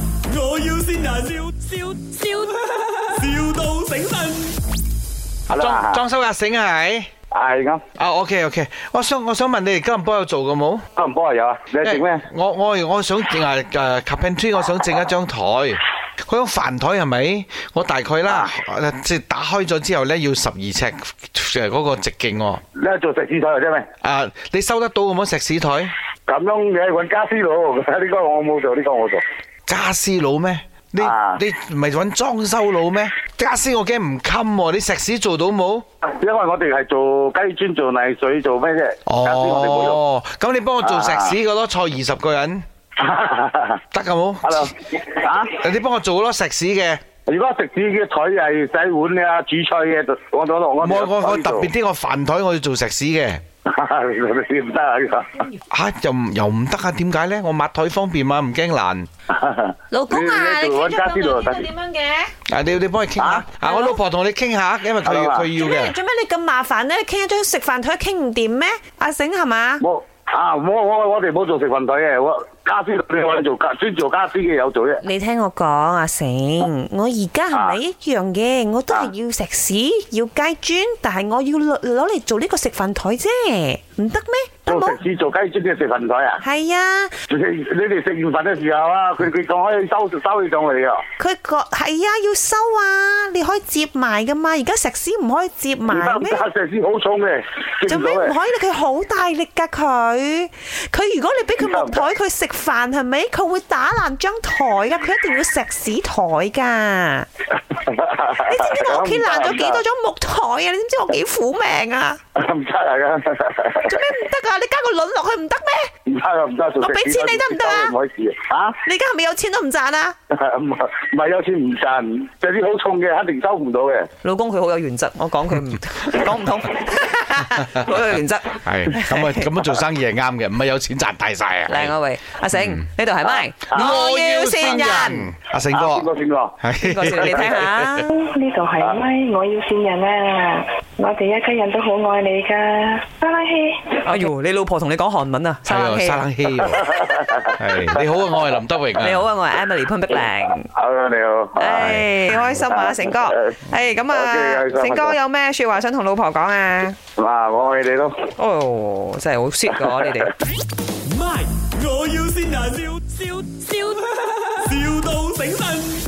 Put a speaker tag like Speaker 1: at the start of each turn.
Speaker 1: 要先人，笑笑笑，,笑到醒神。
Speaker 2: Hello
Speaker 3: 裝
Speaker 2: 啊，
Speaker 3: 裝修壓繩係
Speaker 2: 係啱，
Speaker 3: 啊，OK OK，我想我想問你哋今日幫我做嘅冇？
Speaker 2: 幫唔幫我有啊？你整咩？
Speaker 3: 我我我想整啊誒 carpentry，我想整一張台，嗰張飯台係咪？我大概啦，
Speaker 2: 啊
Speaker 3: 即係打開咗之後咧，要十二尺誒嗰個直徑喎。
Speaker 2: 你係做石屎台嘅啫咩？
Speaker 3: 啊，你收得到嘅冇石屎台？
Speaker 2: 咁樣你係揾家私佬， 呢個我冇做，呢個我做。
Speaker 3: 家私佬咩？你
Speaker 2: 啊
Speaker 3: 你唔係揾裝修佬咩？家私我驚唔襟喎，你石屎做到冇？
Speaker 2: 啊因為我哋係做雞磚、做泥水、做咩啫？家私我哋冇用。 啊
Speaker 3: 哦，咁你幫我做石屎嘅咯，坐二十個人得嘅冇？
Speaker 2: Hello，啊？
Speaker 3: 你幫我做咯石屎嘅，
Speaker 2: 如果食紙嘅台係洗碗嘅啊、煮菜嘅，就我我我
Speaker 3: 我我我
Speaker 2: 我
Speaker 3: 特別啲，我飯台我要做石屎嘅。
Speaker 2: 啲，你唔得啊！呢個
Speaker 3: 吓、又唔又唔得啊？點解咧？我抹台方便嘛，唔驚爛。
Speaker 4: 老公啊，
Speaker 2: 你
Speaker 4: 你
Speaker 2: 你做
Speaker 4: 傾
Speaker 2: 揾家
Speaker 4: 咗
Speaker 2: 私佬
Speaker 4: 咁
Speaker 2: 就
Speaker 4: 耐
Speaker 2: 得
Speaker 4: 呢點樣嘅？
Speaker 3: 啊，你你幫佢傾下
Speaker 2: 啊。
Speaker 3: 啊，我老婆同你傾下，因為佢
Speaker 2: 係嘛
Speaker 3: 佢要
Speaker 4: 做咩
Speaker 3: 嘅。
Speaker 4: 做咩你咁麻煩咧？傾一張食飯台傾唔掂咩？阿醒係嘛？
Speaker 2: 冇啊！我我我哋冇做食飯台嘅，我家私佬你揾做家專做家私嘅有做啫。
Speaker 4: 你聽我講，阿醒，我而家係
Speaker 2: 啊
Speaker 4: 咪一樣嘅？我都係要食屎，要街磚，但係我要攞攞嚟做呢個食飯台啫，唔得咩？得
Speaker 2: 做
Speaker 4: 冇
Speaker 2: 食？肆做雞磚嘅食飯台啊！
Speaker 4: 係啊，
Speaker 2: 你你哋食完飯嘅時候啊，
Speaker 4: 嗯
Speaker 2: 佢佢仲可以收收起上嚟啊！
Speaker 4: 佢個係啊，要收啊，你可以接埋噶嘛？而家食屎唔可以接埋
Speaker 2: 而
Speaker 4: 咩？
Speaker 2: 家石屎好重嘅，
Speaker 4: 做
Speaker 2: 食唔
Speaker 4: 咩
Speaker 2: 到嘅。
Speaker 4: 唔可以？佢好大力噶佢，佢如果你俾佢木台佢食飯係咪？佢會打爛張台噶，佢一定要石屎台噶。你知唔知我屋 企爛咗幾多張木台啊？你知唔知我幾苦命啊？
Speaker 2: 唔得啊！唔
Speaker 4: 做咩唔得啊？你加個輪落去唔得咩？
Speaker 2: 得啊！唔得，做
Speaker 4: 我俾錢你得唔得啊
Speaker 2: 唔可以試啊！
Speaker 4: 你而家係咪有錢都唔賺啊？
Speaker 2: 嚇，唔係唔係有錢唔賺，石屎好重嘅，肯定收唔到嘅。
Speaker 4: 老公佢好有原則，我講佢唔講唔通，好有原則。
Speaker 3: 係咁啊，咁樣做生意係啱嘅，唔係有錢賺大晒啊！
Speaker 4: 靚啊喂，阿成呢度係咪？我要善人，，
Speaker 3: 阿成
Speaker 2: 啊
Speaker 4: 哦
Speaker 2: 邊個
Speaker 3: 哥，
Speaker 2: 邊個？
Speaker 3: 係
Speaker 4: 個你聽下。
Speaker 5: 呢度係咪我要線人啊！我哋一家人都好愛你噶，拉拉希。
Speaker 4: 哎呦，你老婆同你講韓文啊，
Speaker 3: 係啊，沙冷氣喎。係你好啊，我係林德榮啊。
Speaker 4: 你好啊，我係 Emily 潘碧玲。
Speaker 2: Hello，你好。
Speaker 4: 唉，開心啊，成哥
Speaker 2: 誒！
Speaker 4: 唉，咁啊，
Speaker 2: Ờ. OK，開心
Speaker 4: 成哥有咩说話想同老婆講啊？
Speaker 2: 嗱，我愛你咯。
Speaker 4: 哦，真係好 sweet 噶你哋。
Speaker 1: My，我要先人，笑笑笑，,笑到醒神。